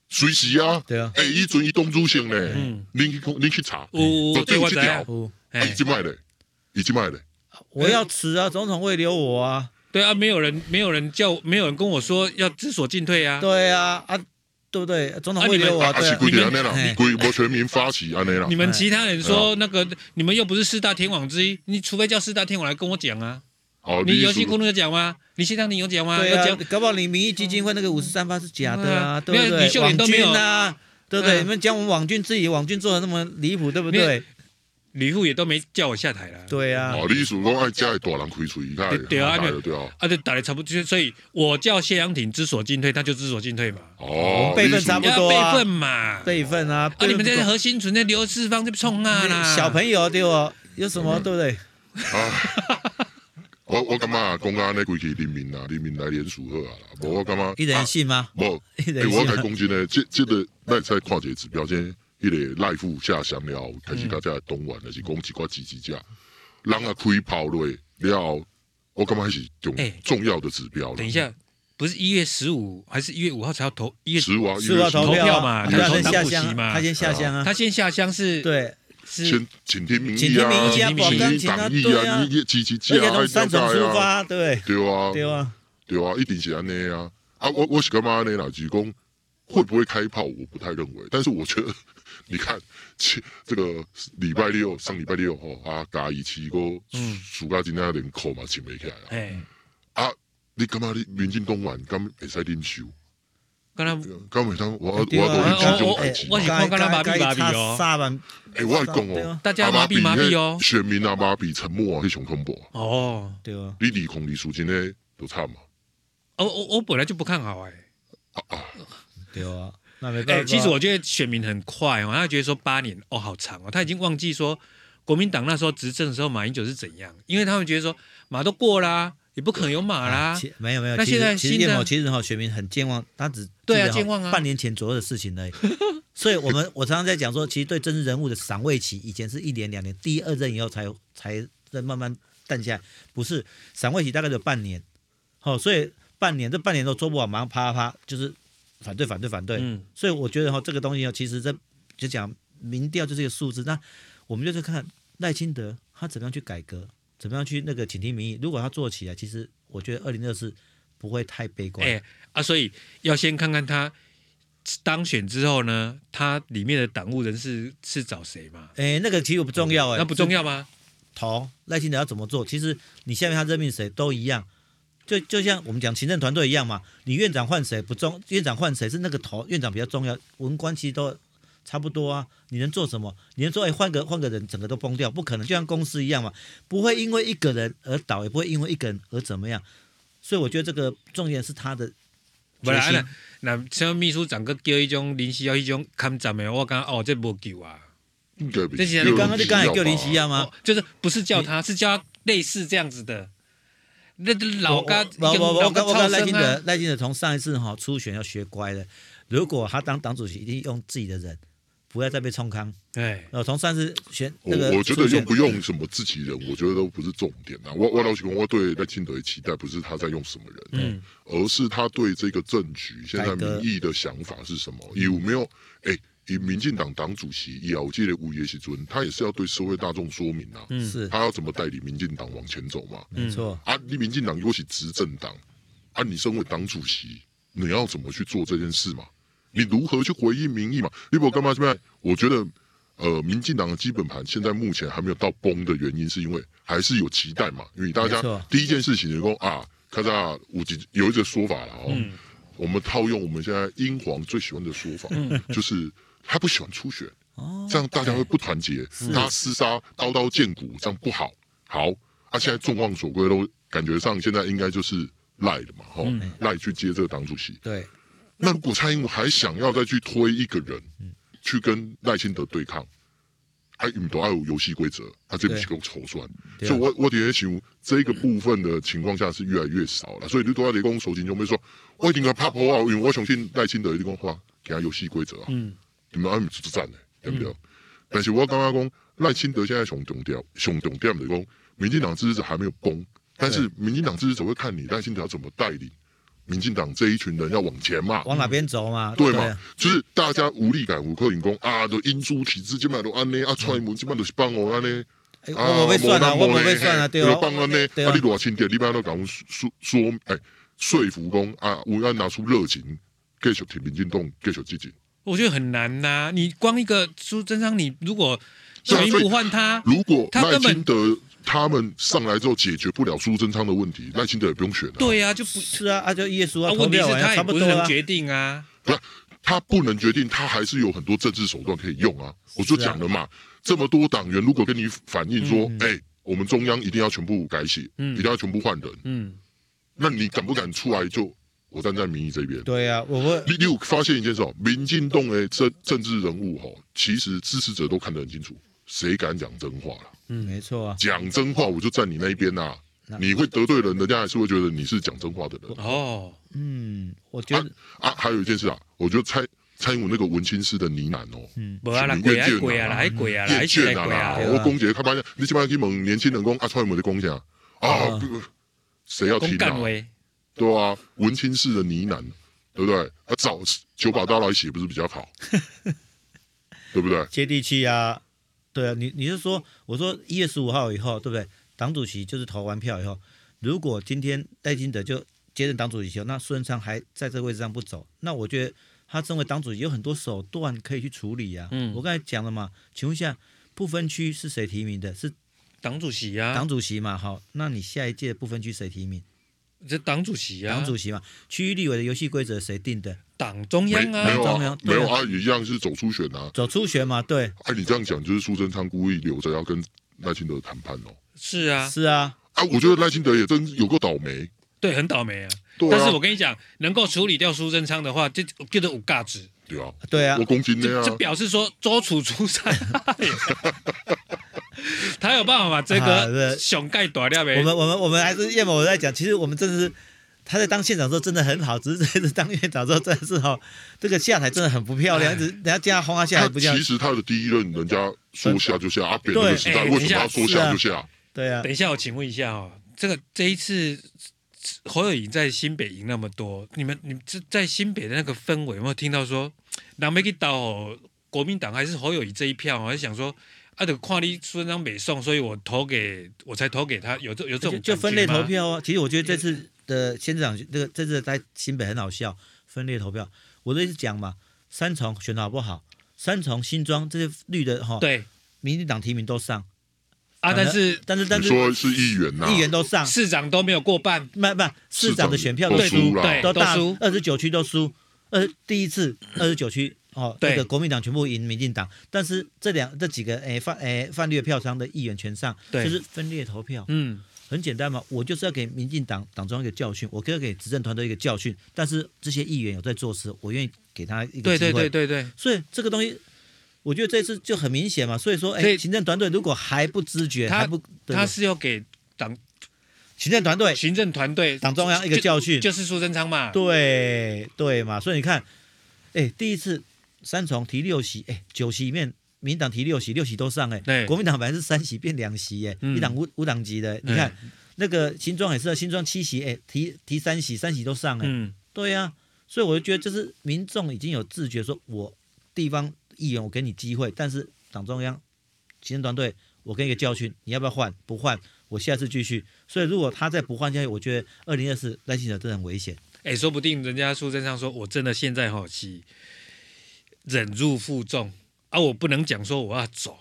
S4: 随时啊，
S2: 对啊
S4: 哎，伊阵伊当主席咧，恁去恁去查，
S1: 嗯有有
S4: 昨
S1: 对
S4: 天
S1: 我
S4: 去
S1: 知
S4: 调
S1: 啊，
S2: 我
S4: 啊，
S1: 哎
S4: 已，经卖咧，已经卖咧。
S2: 我要辞啊，总统会留我啊，
S1: 对啊，没有人没有人叫，没有人跟我说要知所进退啊。
S2: 对啊啊，对不对？总统
S1: 啊
S2: 会
S1: 你们
S2: 留我啊，
S4: 啊
S2: 对
S4: 是
S2: 啊
S4: 规定安尼啦
S2: 你们，
S4: 规无全民发起安尼啦
S1: 你。们其他人
S4: 哎
S1: 说那个，你们又不是四大天王之一，你除非叫四大天王来跟我讲啊。
S4: 哦，
S1: 你
S4: 意
S1: 游
S4: 思
S1: 戏窟窿有讲吗？你西藏你有讲吗？
S2: 对
S1: 有
S2: 啊
S1: 讲，
S2: 搞不好你民意基金会那个五十三发是假的啊，
S1: 对啊没
S2: 对不
S1: 有
S2: 对
S1: 你？秀
S2: 网
S1: 莲都没有
S2: 军啊，对不
S1: 嗯
S2: 对？你们讲我们网军自己网军做的那么离谱，对不
S1: 没
S2: 对？
S1: 李富也都没叫我下台了。
S2: 对啊，
S4: 哦，你意思讲爱家的大人开除伊开，
S1: 对对啊
S4: 大家
S1: 你
S4: 就对啊。
S1: 啊，对，打的差不多，所以我叫谢阳挺知所进退，他就知所进退嘛，
S4: 哦，
S2: 辈分
S4: 你意思
S2: 差不多啊
S1: 要备份嘛。
S2: 备份啊，
S1: 啊，
S2: 备
S1: 你
S2: 份
S1: 们这些
S2: 不够
S1: 核心存在刘四方就冲啊啦，
S2: 小朋友对不？有什
S1: 嗯
S2: 么对不对？
S4: 啊 我我感觉啊，讲到安尼规气人民啊，人民来联署好啊啦。无我感觉啊
S2: 一人一信吗？
S4: 无，
S2: 一人
S4: 诶，
S2: 一
S4: 我
S2: 信
S4: 该
S2: 吗，
S4: 讲真诶，即即个咱再看一个指标，即迄个赖副下乡了后，开
S2: 嗯
S4: 始甲遮党员就是讲一寡支持者，人啊开炮落了后，我感觉那是重
S1: 哎
S4: 重要的指标啦。
S1: 等一下，不是一月十五还是一月五号才要投？一月
S4: 十五啊，
S2: 是要投
S1: 投
S2: 票
S1: 票
S2: 啊
S1: 嘛
S2: 对啊，
S1: 投
S2: 先
S1: 党
S2: 下
S1: 主席
S2: 乡啊，
S1: 嘛
S2: 他先下乡啊，
S1: 他先下乡是
S2: 对，
S1: 是
S4: 先请听民
S2: 请
S4: 意
S2: 听
S4: 啊，
S2: 民意啊，
S1: 请听
S2: 广
S1: 民
S2: 钢
S4: 请
S2: 琴
S4: 听
S2: 啊，
S4: 党
S2: 对
S4: 意
S2: 啊
S4: 啊，你，也支持
S2: 而
S4: 者
S2: 且
S4: 啊，
S2: 从三重
S4: 爱
S2: 出
S4: 了解啊，
S2: 发，对
S4: 对
S1: 哦
S4: 啊，
S2: 对啊，
S4: 对啊，一定是安尼啊。啊，我我是干嘛安尼啦？就是讲会不会开炮，我不太认为。但是我觉得， 你看，其这个礼拜
S1: 嗯
S4: 六上礼拜六吼啊，嘉义市个暑假今天连扣嘛，请袂起来啊。
S1: 哎，
S4: 啊，你干嘛你民进党员敢会使领袖？
S1: 刚刚
S4: 敢会当我我
S2: 对哎啊
S4: 我去
S1: 啊
S4: 这种
S1: 我
S4: 代志
S1: 我我？
S4: 嘛
S1: 是看到麻痹麻痹哦
S2: 沙板，
S4: 哎，我跟你
S2: 对
S4: 讲哦
S2: 啊，
S1: 大家麻痹麻痹哦
S4: 那选民啊麻痹沉默啊，去熊恐怖啊，
S1: 哦，
S2: 对啊，
S4: 你理孔理输真的都差嘛。啊
S1: 哦我我本来就不看好哎。
S2: 对啊，那没办
S1: 哎，
S2: 法。
S1: 其实我觉得选民很快哦，他觉得说八年哦好长哦，他已经忘记说国民党那时候执政的时候马英九是怎样，因为他们觉得说马都过啦，也不可能有马啦。
S2: 啊其没有没有，
S1: 那
S2: 其实
S1: 现在
S2: 其实
S1: 新的
S2: 叶某其实哈选民很健忘，他只
S1: 对啊
S2: 记得哈
S1: 健忘啊
S2: 半年前左右的事 情而已。所以我们我常常在讲说，其实对政治人物的赏味期，以前是一年两年，第二任以后才才再慢慢淡下来，不是赏味期大概只有半年，哦，所以半年这半年都做不完，马上啪啪啪就是反对反对反对，
S1: 嗯
S2: 所以我觉得哈这个东西哦，其实这就讲民调就是一个数字，那我们就是看赖清德他怎么样去改革，怎么样去那个倾听民意。如果他做起来，其实我觉得二零二四不会太悲观。
S1: 哎啊，所以要先看看他当选之后呢，他里面的党务人士是找谁嘛？
S2: 哎，那个其实不重要哎、
S1: 那不重。要吗？
S2: 投赖清德要怎么做？其实你下面他任命谁都一样，就就像我们讲行政团队一样嘛。你院长换谁不重，院长换谁是那个头，院长比较重要，文官其实都差不多啊。你能做什么？你能说哎换个换个人，整个都崩掉？不可能，就像公司一样嘛，不会因为一个人而倒，也不会因为一个人而怎么样。所以我觉得这个重点是他的
S1: 本
S2: 决
S1: 来
S2: 心
S1: 呢，那像秘书长个叫一种临时要一种看站的，我感觉哦这无救啊。
S4: 应该比
S1: 这些
S4: 叫
S1: 你
S2: 刚刚就刚才叫林
S4: 吧
S2: 奇亚吗
S1: 哦？就是不是叫他，是叫他类似这样子的。那那老
S2: 我
S1: 干
S2: 我我我
S1: 老
S2: 我跟我跟赖
S1: 生
S2: 清
S1: 啊
S2: 德，赖清德从上一次哈初选要学乖了，如果他当党主席，一定用自己的人，不要再被冲康。
S1: 哎，
S2: 呃，从上次选那
S4: 我
S2: 个
S4: 我觉得
S2: 初选
S4: 用不用什么自己人，我觉得都不是重点啊。我我老实讲，我对赖清德的期待不是他在用什么人，嗯，而是他对这个政局现在
S2: 改革
S4: 民意的想法是什么，有没有？哎、以民进党党主席以我记得五爷席尊，他也是要对社会大众说明啊，
S2: 是
S4: 他要怎么带领民进党往前走嘛。
S2: 没错，
S4: 啊，你民进党如果是执政党，啊，你身为党主席，你要怎么去做这件事嘛？你如何去回应民意嘛？你我干嘛现在？我觉得，呃，民进党的基本盘现在目前还没有到崩的原因，是因为还是有期待嘛？因为大
S2: 没
S4: 家
S2: 错
S4: 第一件事情就是说啊，看到啊有一有一个说法了哦，
S2: 嗯
S4: 我们套用我们现在英皇最喜欢的说法，
S2: 嗯
S4: 就是他不喜欢初选，
S2: 哦
S4: 这样大家会不团结，他厮杀、刀刀见骨，这样不好。好，啊，现在众望所归都感觉上现在应该就是赖了嘛，吼，赖去接这个党主席。
S2: 嗯对，
S4: 那如果蔡英文还想要再去推一个人，
S2: 嗯
S4: 去跟赖清德对抗，哎，你们都要有游戏规则，他这不是够抽算。
S2: 对啊
S4: 所以我我底下想，这个部分的情况下是越来越少了。所以你都要雷公手金就会说，我一定要拍破啊，因为我相信赖清德一定讲话给他游戏规则啊。嗯，你们按你们就战呢，对不对？但是我刚刚讲赖清德现在熊重点，熊重点的讲，民进党支持者还没有崩，
S2: 哎
S4: 但是民进党支持者会看你赖清德要怎么带领民进党这一群人要往前嘛，
S2: 往哪边走嘛？
S4: 对
S2: 啊
S4: 嘛？就是大家无力感、无克领工啊，都英珠体制基本上都安呢啊，踹门基本上都是帮我安呢。
S2: 嗯哎
S4: 啊，
S2: 我不会算啊，我不会算啊，对吧？
S4: 帮安呢，
S2: 对
S4: 啊，
S2: 啊
S4: 你，偌清点，你不要都讲说说，哎，说服讲啊，我要拿出热情，继续挺民进党，继续积极。
S1: 我觉得很难呐、你光一个苏贞昌，你如果
S4: 对啊
S1: 小英
S4: 所以
S1: 不换他，
S4: 如果
S1: 他
S4: 赖
S1: 根本
S4: 清德他们上来之后解决不了苏贞昌的问题，赖清德也不用选了、
S1: 对呀、就不。
S2: 是啊，啊就一月十五
S1: 啊
S2: 号投
S1: 问题
S2: 票
S1: 是
S2: 完
S1: 他
S2: 了，
S1: 也
S2: 差不
S1: 不是
S2: 多
S1: 能
S2: 啊。
S1: 决定啊。
S4: 不是他不能决定，他还是有很多政治手段可以用啊。我就讲了嘛，这么多党员如果跟你反映说，
S1: 嗯
S4: 哎、我们中央一定要全部改写，一定要全部换人，
S1: 嗯，
S4: 那你敢不敢出来就我站在民意这边？
S2: 对啊，我会
S4: 你你有发现一件事哦，民进党的政政治人物吼，其实支持者都看得很清楚，谁敢讲真话了？
S2: 嗯，没错啊，
S4: 讲真话，我就站你那一边呐、
S2: 那
S4: 你会得罪人，人家还是会觉得你是讲真话的人
S1: 哦，
S2: 嗯，我觉得
S4: 啊。还有一件事啊，我觉得蔡蔡英文那个文青师的呢喃哦，
S1: 不啊啦，
S4: 你
S1: 鬼
S4: 厌
S1: 啊
S4: 倦
S1: 鬼啊
S4: 了
S1: 啦，
S4: 啊
S1: 还鬼啊啦，
S4: 厌
S1: 还是来
S4: 倦
S1: 鬼
S4: 啊
S1: 啊
S4: 啦！
S1: 啦。
S2: 对啊
S4: 我公姐他发现，你起码可以问年轻人讲啊，蔡英文的贡献啊，啊，不谁要听
S1: 公干
S4: 啊？
S1: 为
S4: 对啊，文青式的呢喃，对不对？啊，找九把刀来写不是比较好？对不对？
S2: 接地气啊。对啊，你你是说，我说一月十五号以后，对不对？党主席就是投完票以后，如果今天戴金德就接任党主席以后，那苏贞昌还在这个位置上不走，那我觉得他身为党主席有很多手段可以去处理啊。
S1: 嗯
S2: 我刚才讲了嘛，请问一下，不分区是谁提名的？是
S1: 党主席啊，
S2: 党主席嘛？好，那你下一届不分区谁提名？
S1: 这党主席啊，
S2: 党主席嘛，区域立委的游戏规则谁定的？
S1: 党中
S4: 没
S1: 央
S4: 没有
S1: 啊，
S2: 中央
S4: 啊，没有
S2: 对啊
S4: 啊，也一样是走出选啊。
S2: 走初选嘛，对，
S4: 哎，你这样讲就是苏贞昌故意留着要跟赖清德谈判哦。
S1: 是啊，
S2: 是啊，
S4: 啊，我觉得赖清德也真有够倒霉。
S1: 对，很倒霉啊。
S4: 对啊，
S1: 但是我跟你讲，能够处理掉苏贞昌的话，这这都有价值。
S4: 对啊，
S2: 对啊
S4: 我，公斤
S1: 这
S4: 的
S1: 这
S4: 啊，
S1: 表示说周楚出山， 他有办法把这
S2: 啊
S1: 个
S2: 对
S1: 熊盖短掉没
S2: 我？们我们我们还是叶某我在讲，其实我们真的是他在当县长的时候真的很好，只是这次当院长之后真的是哈、这个下台真的很不漂亮，一直人家叫他轰他下
S4: 他
S2: 来不叫
S4: 其，实他的第一任人家说下就下，啊，扁那个时代
S1: 对哎
S4: 为什么要说下就下？
S2: 对啊
S1: 等，一下，我请问一下哦，这个这一次侯友谊在新北赢那么多，你们你们这在新北的那个氛围有没有听到说，南美给到国民党还是侯友谊这一票哦，还是想说啊，得跨立苏贞昌北送，所以我投给我才投给他，有这有这种
S2: 就就
S1: 感觉
S2: 分类
S1: 吗
S2: 投，票啊。其实我觉得这次的县长这个这次在新北很好笑，分类投票，我都一直讲嘛，三重选的好不好？三重、新庄这些绿的哈、
S1: 对
S2: 民进党提名都上
S1: 啊，但是
S2: 但是但
S4: 你
S2: 是
S4: 说是议员呐？
S2: 议员都上，
S1: 市长都没有过半，
S2: 不不，市长的选票
S4: 都
S2: 都
S1: 对
S4: 输
S2: 输，
S4: 了
S1: 对
S2: 都
S1: 哎都
S2: 大
S1: 输，
S2: 二十九区都输，二第一次二十九区哦，
S1: 对
S2: 那个国民党全部赢民进党，但是这两这几个诶泛诶泛绿的票仓的议员全上，
S1: 对
S2: 就是分裂投票，
S1: 嗯，
S2: 很简单嘛，我就是要给民进党党中央一个教训，我要给执政团队一个教训，但是这些议员有在做事，我愿意给他一个
S1: 对
S2: 机
S1: 对
S2: 会，
S1: 对对对，
S2: 所以这个东西。我觉得这次就很明显嘛，所以说，
S1: 所
S2: 哎，
S1: 以
S2: 行政团队如果还不知觉，
S1: 他
S2: 还不，对
S1: 他
S2: 不对
S1: 是要给党
S2: 行政团队
S1: 行政团队
S2: 党中央一个教训，
S1: 就是苏贞昌嘛，
S2: 对对嘛，所以你看，哎，第一次三重提六席，哎，九席里面民进党提六席，六席都上，
S1: 对
S2: 哎，国民党本来是三席变两席，哎，
S1: 嗯
S2: 一党无无党籍的，你看那个新庄也是，新庄七席，哎，提提三席，三席都上，哎，
S1: 嗯，
S2: 对呀、所以我就觉得这是民众已经有自觉，说我地方议员我给你机会，但是党中央行政团队我给你个教训，你要不要换？不换，我下次继续。所以如果他再不换下去，我觉得二零二四赖清德真的很危险。
S1: 哎，说不定人家苏贞昌说，我真的现在好奇，忍辱负重啊，我不能讲说我要走，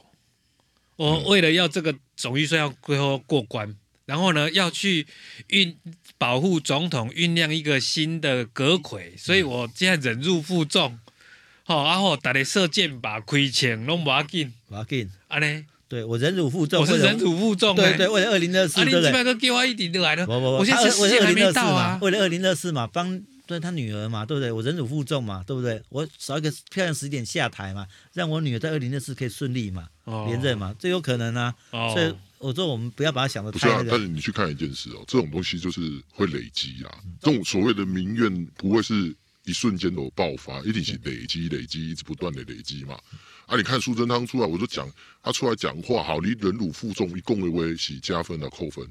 S2: 嗯
S1: 我为了要这个总预算要最后过关，然后呢要去运保护总统酝酿一个新的阁魁，所
S2: 嗯
S1: 以我现在忍辱负重，好、啊，我打的射箭把亏钱拢无要紧，
S2: 我要给
S1: 安尼，
S2: 对我忍辱负重，
S1: 我是
S2: 为了
S1: 忍辱负重、
S2: 对
S1: 哎
S2: 对，为了二零二
S1: 啊，
S2: 四，
S1: 你
S2: 对不
S1: 几
S2: 对？
S1: 百个给我一点就来了，
S2: 不不不，
S1: 我现
S2: 他
S1: 在
S2: 为
S1: 时间
S2: 为了
S1: 还
S2: 啊二零
S1: 没
S2: 二四
S1: 到
S2: 嘛
S1: 啊，，
S2: 为了二零二四嘛，帮对他女儿嘛，对不对？我忍辱负重嘛，对不对？我少一个漂亮时点下台嘛，让我女儿在二零二四可以顺利嘛，
S1: 哦
S2: 连任嘛，这有可能啊。
S1: 哦
S2: 所以我说我们不要把它想的
S4: 不是
S2: 太
S4: 啊
S2: 那，
S4: 但
S2: 个，
S4: 是你去看一件事哦，这种东西就是会累积啦。这种所谓的民怨不会是一瞬间的爆发，一定是累积、累积，一直不断的累积嘛。啊，你看苏贞昌出来，我就讲他出来讲话，好，你忍辱负重，一共为为是加分啊，扣分。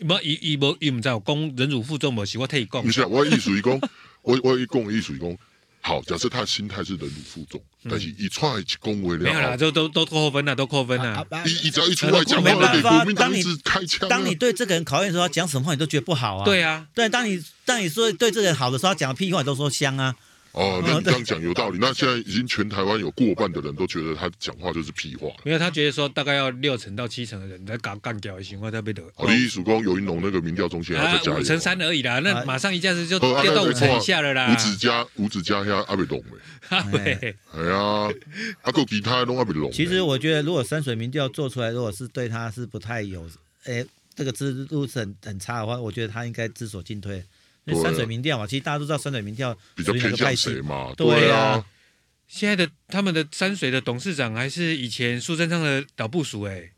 S1: 无伊伊无伊毋知有讲忍辱负重哦无是我替伊讲
S4: 不，是、啊，我艺术一公，我我一共艺术一公。好，假设他的心态是忍辱负重，但是一出来一恭维
S1: 没有啦，
S4: 了，哦
S1: 都都都扣分啦，都扣分啦。
S2: 哦啊
S4: 一一只要一出来讲
S2: 没
S4: 话，
S2: 办
S4: 给
S2: 法
S4: 国民党
S2: 当你
S4: 一直开枪、啊。
S2: 当你对这个人考验的时候，他讲什么话你都觉得不好啊。
S1: 对啊，
S2: 对，当你当你说对这个人好的时候，他讲的屁话你都说香啊。
S4: 哦，那
S2: 哦
S4: 你这样讲有道理。那现在已经全台湾有过半的人都觉得他讲话就是屁话了。
S1: 没有他觉得说大概要六成到七成的人在搞干掉的情况才被得。
S4: 好，哦李曙光、尤云龙那个民调中心还
S1: 哦啊
S4: 在，加
S1: 五成
S4: 油。
S1: 三而已啦，那马上一下子就
S4: 哦啊
S1: 掉到
S4: 那
S1: 五
S4: 个
S1: 成以下了啦
S4: 五。指加五指加下阿北龙哎，
S1: 啊对，
S4: 哎呀，阿够其他拢阿北啊龙。
S2: 其实我觉得，如果山水民调做出来，如果是对他是不太有，诶，这个制度是很很差的话，我觉得他应该知所进退。因
S4: 对
S2: 为
S4: 啊
S2: 山水民调嘛，其实大家都知道山水民调
S4: 比较
S2: 属于哪
S4: 偏
S2: 个
S4: 向
S2: 派
S4: 谁
S2: 系。
S4: 嘛？
S2: 对
S4: 啊
S2: 啊，
S1: 现在的他们的山水的董事长还是以前苏贞昌的老部署哎，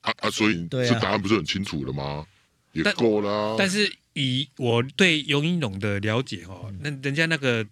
S4: 啊啊，所以
S2: 对
S4: 这
S2: 啊
S4: 答案不是很清楚了吗？也
S1: 但
S4: 够啦。
S1: 但是以我对尤英龙的了解哦，那人家那个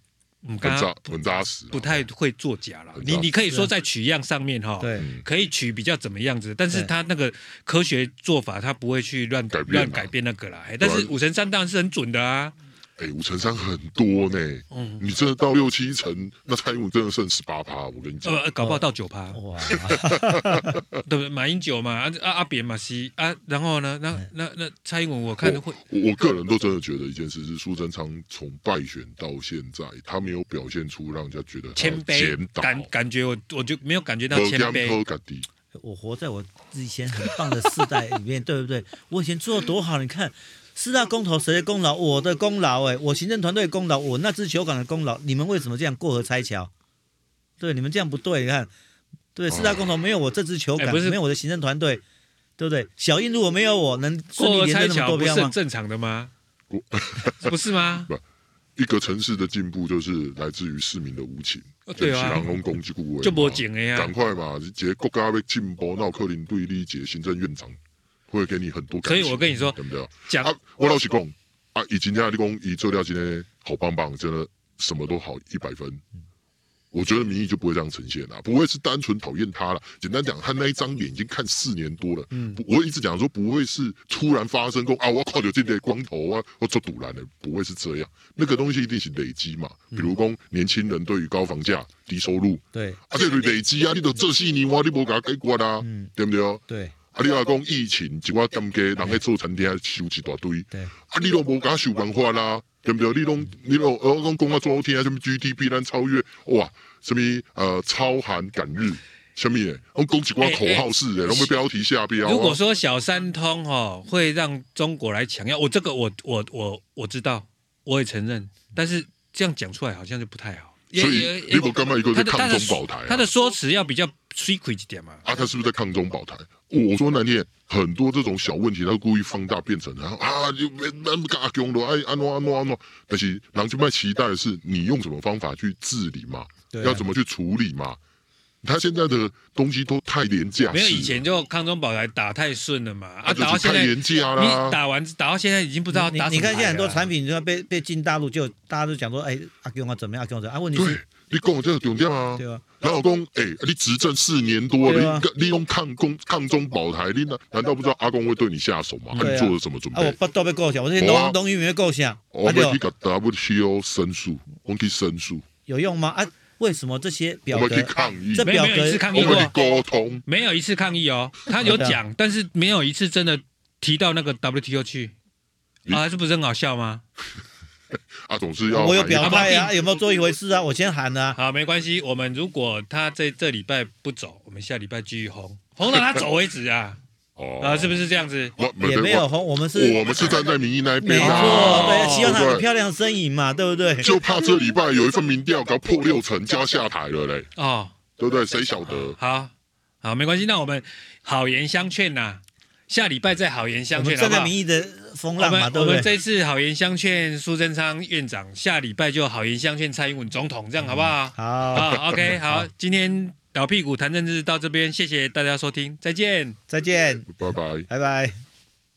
S1: 嗯，
S4: 很
S1: 刚
S4: 扎
S1: 刚
S4: 很扎实啊，
S1: 不太会作假了
S4: 很。
S1: 你
S4: 扎
S1: 你可以说在取样上面哈，
S2: 对，
S1: 可以取比较怎么样子，但是
S2: 对
S1: 他那个科学做法，他不会去乱
S4: 改变啊
S1: 乱改变那个啦。哎但是
S4: 对啊
S1: 五成三当然是很准的啊。
S4: 哎，五成三很多呢。
S1: 嗯
S4: 你真的到六七成，那蔡英文真的剩十八趴，我跟你讲。
S1: 呃，搞不好到九趴，
S4: 嗯
S2: 哇，
S1: 对不对？马英九嘛，啊啊阿扁嘛西啊，然后呢，那那那蔡英文，我看会
S4: 我我个人都真的觉得一件事是，苏贞昌从败选到现在，他没有表现出让人家觉得他
S1: 谦卑
S4: 检，讨
S1: 感感觉我我就没有感觉到
S4: 没
S1: 谦
S4: 敢
S1: 卑。
S4: 没敢低
S2: 我活在我以前很棒的世代里面，对不对？我以前做的多好，你看四大公投谁的功劳？我的功劳，哎，我行政团队的功劳，我那支球港的功劳。你们为什么这样过河拆桥？对，你们这样不对，你看，对，四大公投没有我这支球港，
S1: 哎不是
S2: 没有我的行政团队，对不对？小英如果没有我，能顺
S1: 过
S2: 利
S1: 河拆
S2: 连任那么
S1: 桥
S2: 多
S1: 不是
S2: 票
S1: 很
S2: 吗？
S1: 正常的吗
S4: 我？
S1: 不是吗？
S4: 一个城市的进步就是来自于市民的无情，
S1: 哦对啊
S4: 狼龙攻击顾问
S1: 就没景了呀
S4: 赶快嘛，杰国家要进步，那有克林对立杰行政院长会给你很多感
S1: 所
S4: 情。
S1: 以我跟你说
S4: 对不对？
S1: 讲
S4: 啊，我老实讲啊，以今天立功，以做掉今天好棒棒，真的什么都好一百分。我觉得民意就不会这样呈现啦，不会是单纯讨厌他了。简单讲，他那一张脸已经看四年多了。嗯，我会一直讲说，不会是突然发生过啊，我靠，有这类光头啊，我做堵然的，不会是这样。那个东西一定是累积嘛，比如讲年轻人对于高房价、低收入，
S2: 对
S4: 啊，这个累积啊，你都这四年我你无给他解决啊，
S2: 嗯
S4: 对不对？
S2: 对
S4: 啊，你若讲疫情，一寡店家人咧做餐厅收一大堆，
S2: 对
S4: 啊，你都无敢想办法啦，对不对？你拢你拢呃讲讲啊，做天啊，什么 GDP 咱超越哇，什么呃超韩赶日，什么的，我讲一寡口号式的，拢要标题下标啊。
S1: 如果说小三通哦会让中国来抢要，哦我这个我我我我知道，我也承认，但是这样讲出来好像就不太好。也
S4: 所
S1: 也
S4: 以
S1: 也
S4: 你无干嘛一个
S1: 他
S4: 在
S1: 的他
S4: 抗
S1: 的
S4: 中保台、啊
S1: 他的说辞要比较 secret 一点嘛。
S4: 啊，他是不是在抗中保台？我说难听，很多这种小问题，他故意放大变成然后啊，你没那么阿公的，哎，安诺安诺安诺。但是狼去卖期待的是你用什么方法去治理嘛，
S2: 对啊
S4: 要怎么去处理嘛。他现在的东西都太廉价，
S1: 没有以前就抗中保台打太顺了嘛，啊
S4: 啊，就
S1: 打到
S4: 是
S1: 现
S4: 太
S1: 在
S4: 廉
S1: 你
S4: 价啦。
S1: 打完打到现在已经不知道
S2: 你
S1: 打什
S2: 你
S1: 么牌了啊
S2: 看现在很多产品就要被被进大陆，就大家都讲说，哎，阿公啊怎么样？阿公怎么样？啊，问题
S4: 对
S2: 是，，
S4: 你讲的这个重点啊。
S2: 对啊，
S4: 然后我讲，哎、你执政四年多
S2: 对
S4: 了，
S2: 啊
S4: 你你用抗攻抗中保台，你难难道不知道阿公会对你下手吗？啊
S2: 对
S4: 你
S2: 啊
S4: 做了什么准
S2: 啊，
S4: 备？
S2: 我不都被够想，我这些
S4: 没啊
S2: 农农渔民被够想，
S4: 我
S2: 啊对
S4: 们
S2: 哦
S4: 去。给 WTO 申诉，我们去申诉，
S2: 有用吗？啊，为什么这些表
S4: 我
S2: 格
S4: 们去抗议
S2: 这
S1: 没有
S2: 表
S1: 没有一次
S2: 格
S1: 抗
S4: 我
S1: 议
S4: 们去
S1: 过，
S4: 沟通。
S1: 没有一次抗议哦，他
S2: 啊
S1: 有讲，但是没有一次真的提到那个 WTO 去，
S4: 嗯
S1: 啊，这不是很好笑吗？
S4: 啊，总是要
S2: 我有
S4: 反映
S2: 表态
S1: 好
S2: 啊，
S1: 吧
S2: 有没有做一回事啊？我先喊啊，
S1: 好，没关系。我们如果他这这礼拜不走，我们下礼拜继续轰，轰到他走为止啊！
S4: 哦
S1: 啊，是不是这样子？
S4: 我
S2: 也没有，红，我们是
S4: 我我们是站在民意那一
S2: 没
S4: 边
S2: 错，
S4: 啊，
S2: 对，希望他有
S4: 对
S2: 漂亮的身影嘛，对不对？
S4: 就怕这礼拜有一份民调搞破六成，就要下台了嘞，
S1: 哦，
S4: 对不对？谁晓得？
S1: 好，好，没关系。那我们好言相劝呐、下礼拜再好言
S2: 我
S1: 相
S2: 们
S1: 劝，好
S2: 站
S1: 不
S2: 在
S1: 好？
S2: 民意的风
S1: 我
S2: 浪嘛，
S1: 们
S2: 对
S1: 我
S2: 不
S1: 们
S2: 对？
S1: 这次好言相劝苏贞昌院长，下礼拜就好言相劝蔡英文总统，这样好不好？
S2: 嗯好，
S1: 好，OK，好，今天老屁股谈政治到这边，谢谢大家收听，再见。
S2: 再见，
S4: 拜拜。
S2: 拜拜。